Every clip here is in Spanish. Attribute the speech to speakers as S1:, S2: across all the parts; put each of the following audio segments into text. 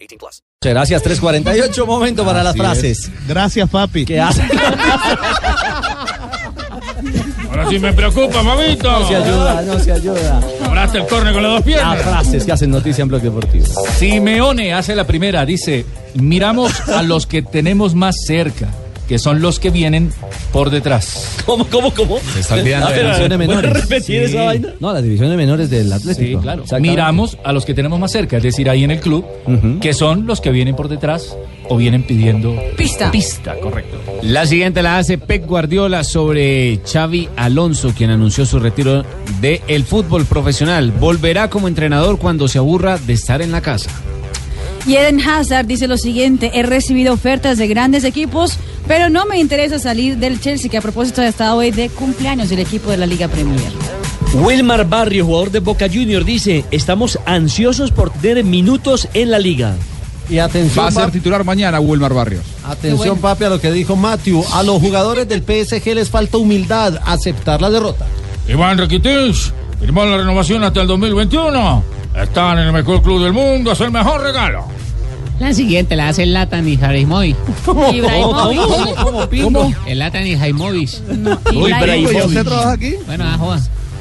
S1: 18 plus.
S2: Gracias, 348, momento para las frases.
S3: Gracias, papi.
S2: ¿Qué hacen?
S4: Ahora sí me preocupa, mamito.
S2: No se ayuda, no se ayuda.
S4: Abraste el corne con las dos
S2: Las
S4: piernas.
S2: frases que hacen noticia en Blog Deportivo.
S5: Ah, Simeone hace la primera, dice, miramos a los que tenemos más cerca, que son los que vienen por detrás.
S6: ¿Cómo, cómo, cómo? Se
S2: está olvidando de las divisiones menores.
S6: repetir
S2: Sí.
S6: esa vaina?
S2: No, las divisiones menores del Atlético. Exactamente.
S5: Miramos a los que tenemos más cerca, es decir, ahí en el club, que son los que vienen por detrás o vienen pidiendo
S7: Pista.
S5: pista, correcto.
S8: La siguiente la hace Pep Guardiola sobre Xavi Alonso, quien anunció su retiro del fútbol profesional. Volverá como entrenador cuando se aburra de estar en la casa.
S7: Y Eden Hazard dice lo siguiente, he recibido ofertas de grandes equipos, pero no me interesa salir del Chelsea, que a propósito ha estado hoy de cumpleaños del equipo de la Liga Premier.
S6: Wilmar Barrio, jugador de Boca Junior, dice, estamos ansiosos por tener minutos en la liga.
S2: Y atención,
S9: Va a ser
S2: pap-
S9: titular mañana Wilmar Barrios.
S2: atención papi, a lo que dijo Matthew. A los jugadores del PSG les falta humildad, aceptar la derrota.
S4: Iván Requitich firmó la renovación hasta el 2021. Está en el mejor club del mundo, es el mejor regalo.
S8: La siguiente la hace Latan y Jaimovic.
S7: Ibrahimovic.
S2: ¿Cómo, Pingo?
S8: El Latan y Jaimovic.
S3: ¿Y usted
S7: Ibrahimovic.
S3: trabaja aquí?
S8: Bueno, ah, joda.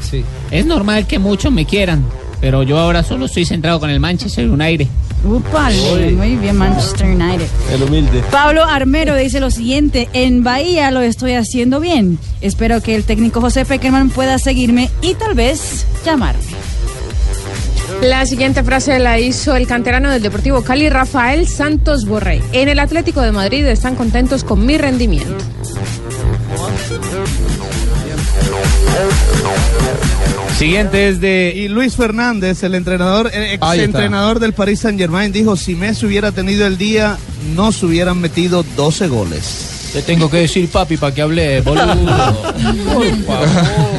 S2: Sí.
S8: Es normal que muchos me quieran, pero yo ahora solo estoy centrado con el Manchester United.
S7: Upale, muy bien Manchester United.
S2: El humilde.
S7: Pablo Armero dice lo siguiente, en Bahía lo estoy haciendo bien. Espero que el técnico José Peckerman pueda seguirme y tal vez llamarme.
S10: La siguiente frase la hizo el canterano del Deportivo Cali, Rafael Santos Borré. En el Atlético de Madrid están contentos con mi rendimiento.
S8: Siguiente es de
S3: Y Luis Fernández, el entrenador, el ex
S9: Ahí está.
S3: entrenador del Paris Saint Germain, dijo: si Messi hubiera tenido el día, no se hubieran metido 12 goles.
S5: Te tengo que decir, papi, para que hable, boludo.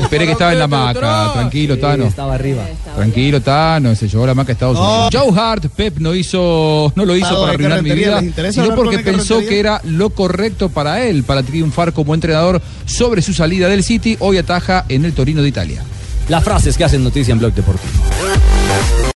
S9: Espere que estaba en la maca. Tranquilo, Tano.
S2: Estaba arriba.
S9: Tranquilo, Tano. Se llevó la maca a Estados Unidos. Joe Hart, Pep no hizo, no lo hizo
S3: Estado
S9: para
S3: de
S9: arruinar mi
S3: Carretería,
S9: vida,
S3: ¿les interesa
S9: sino
S3: hablar con
S9: porque
S3: el
S9: pensó
S3: Carretería?
S9: que era lo correcto para él, para triunfar como entrenador sobre su salida del City. Hoy ataja en el Torino de Italia.
S2: Las frases que hacen noticia en Blog Deportivo.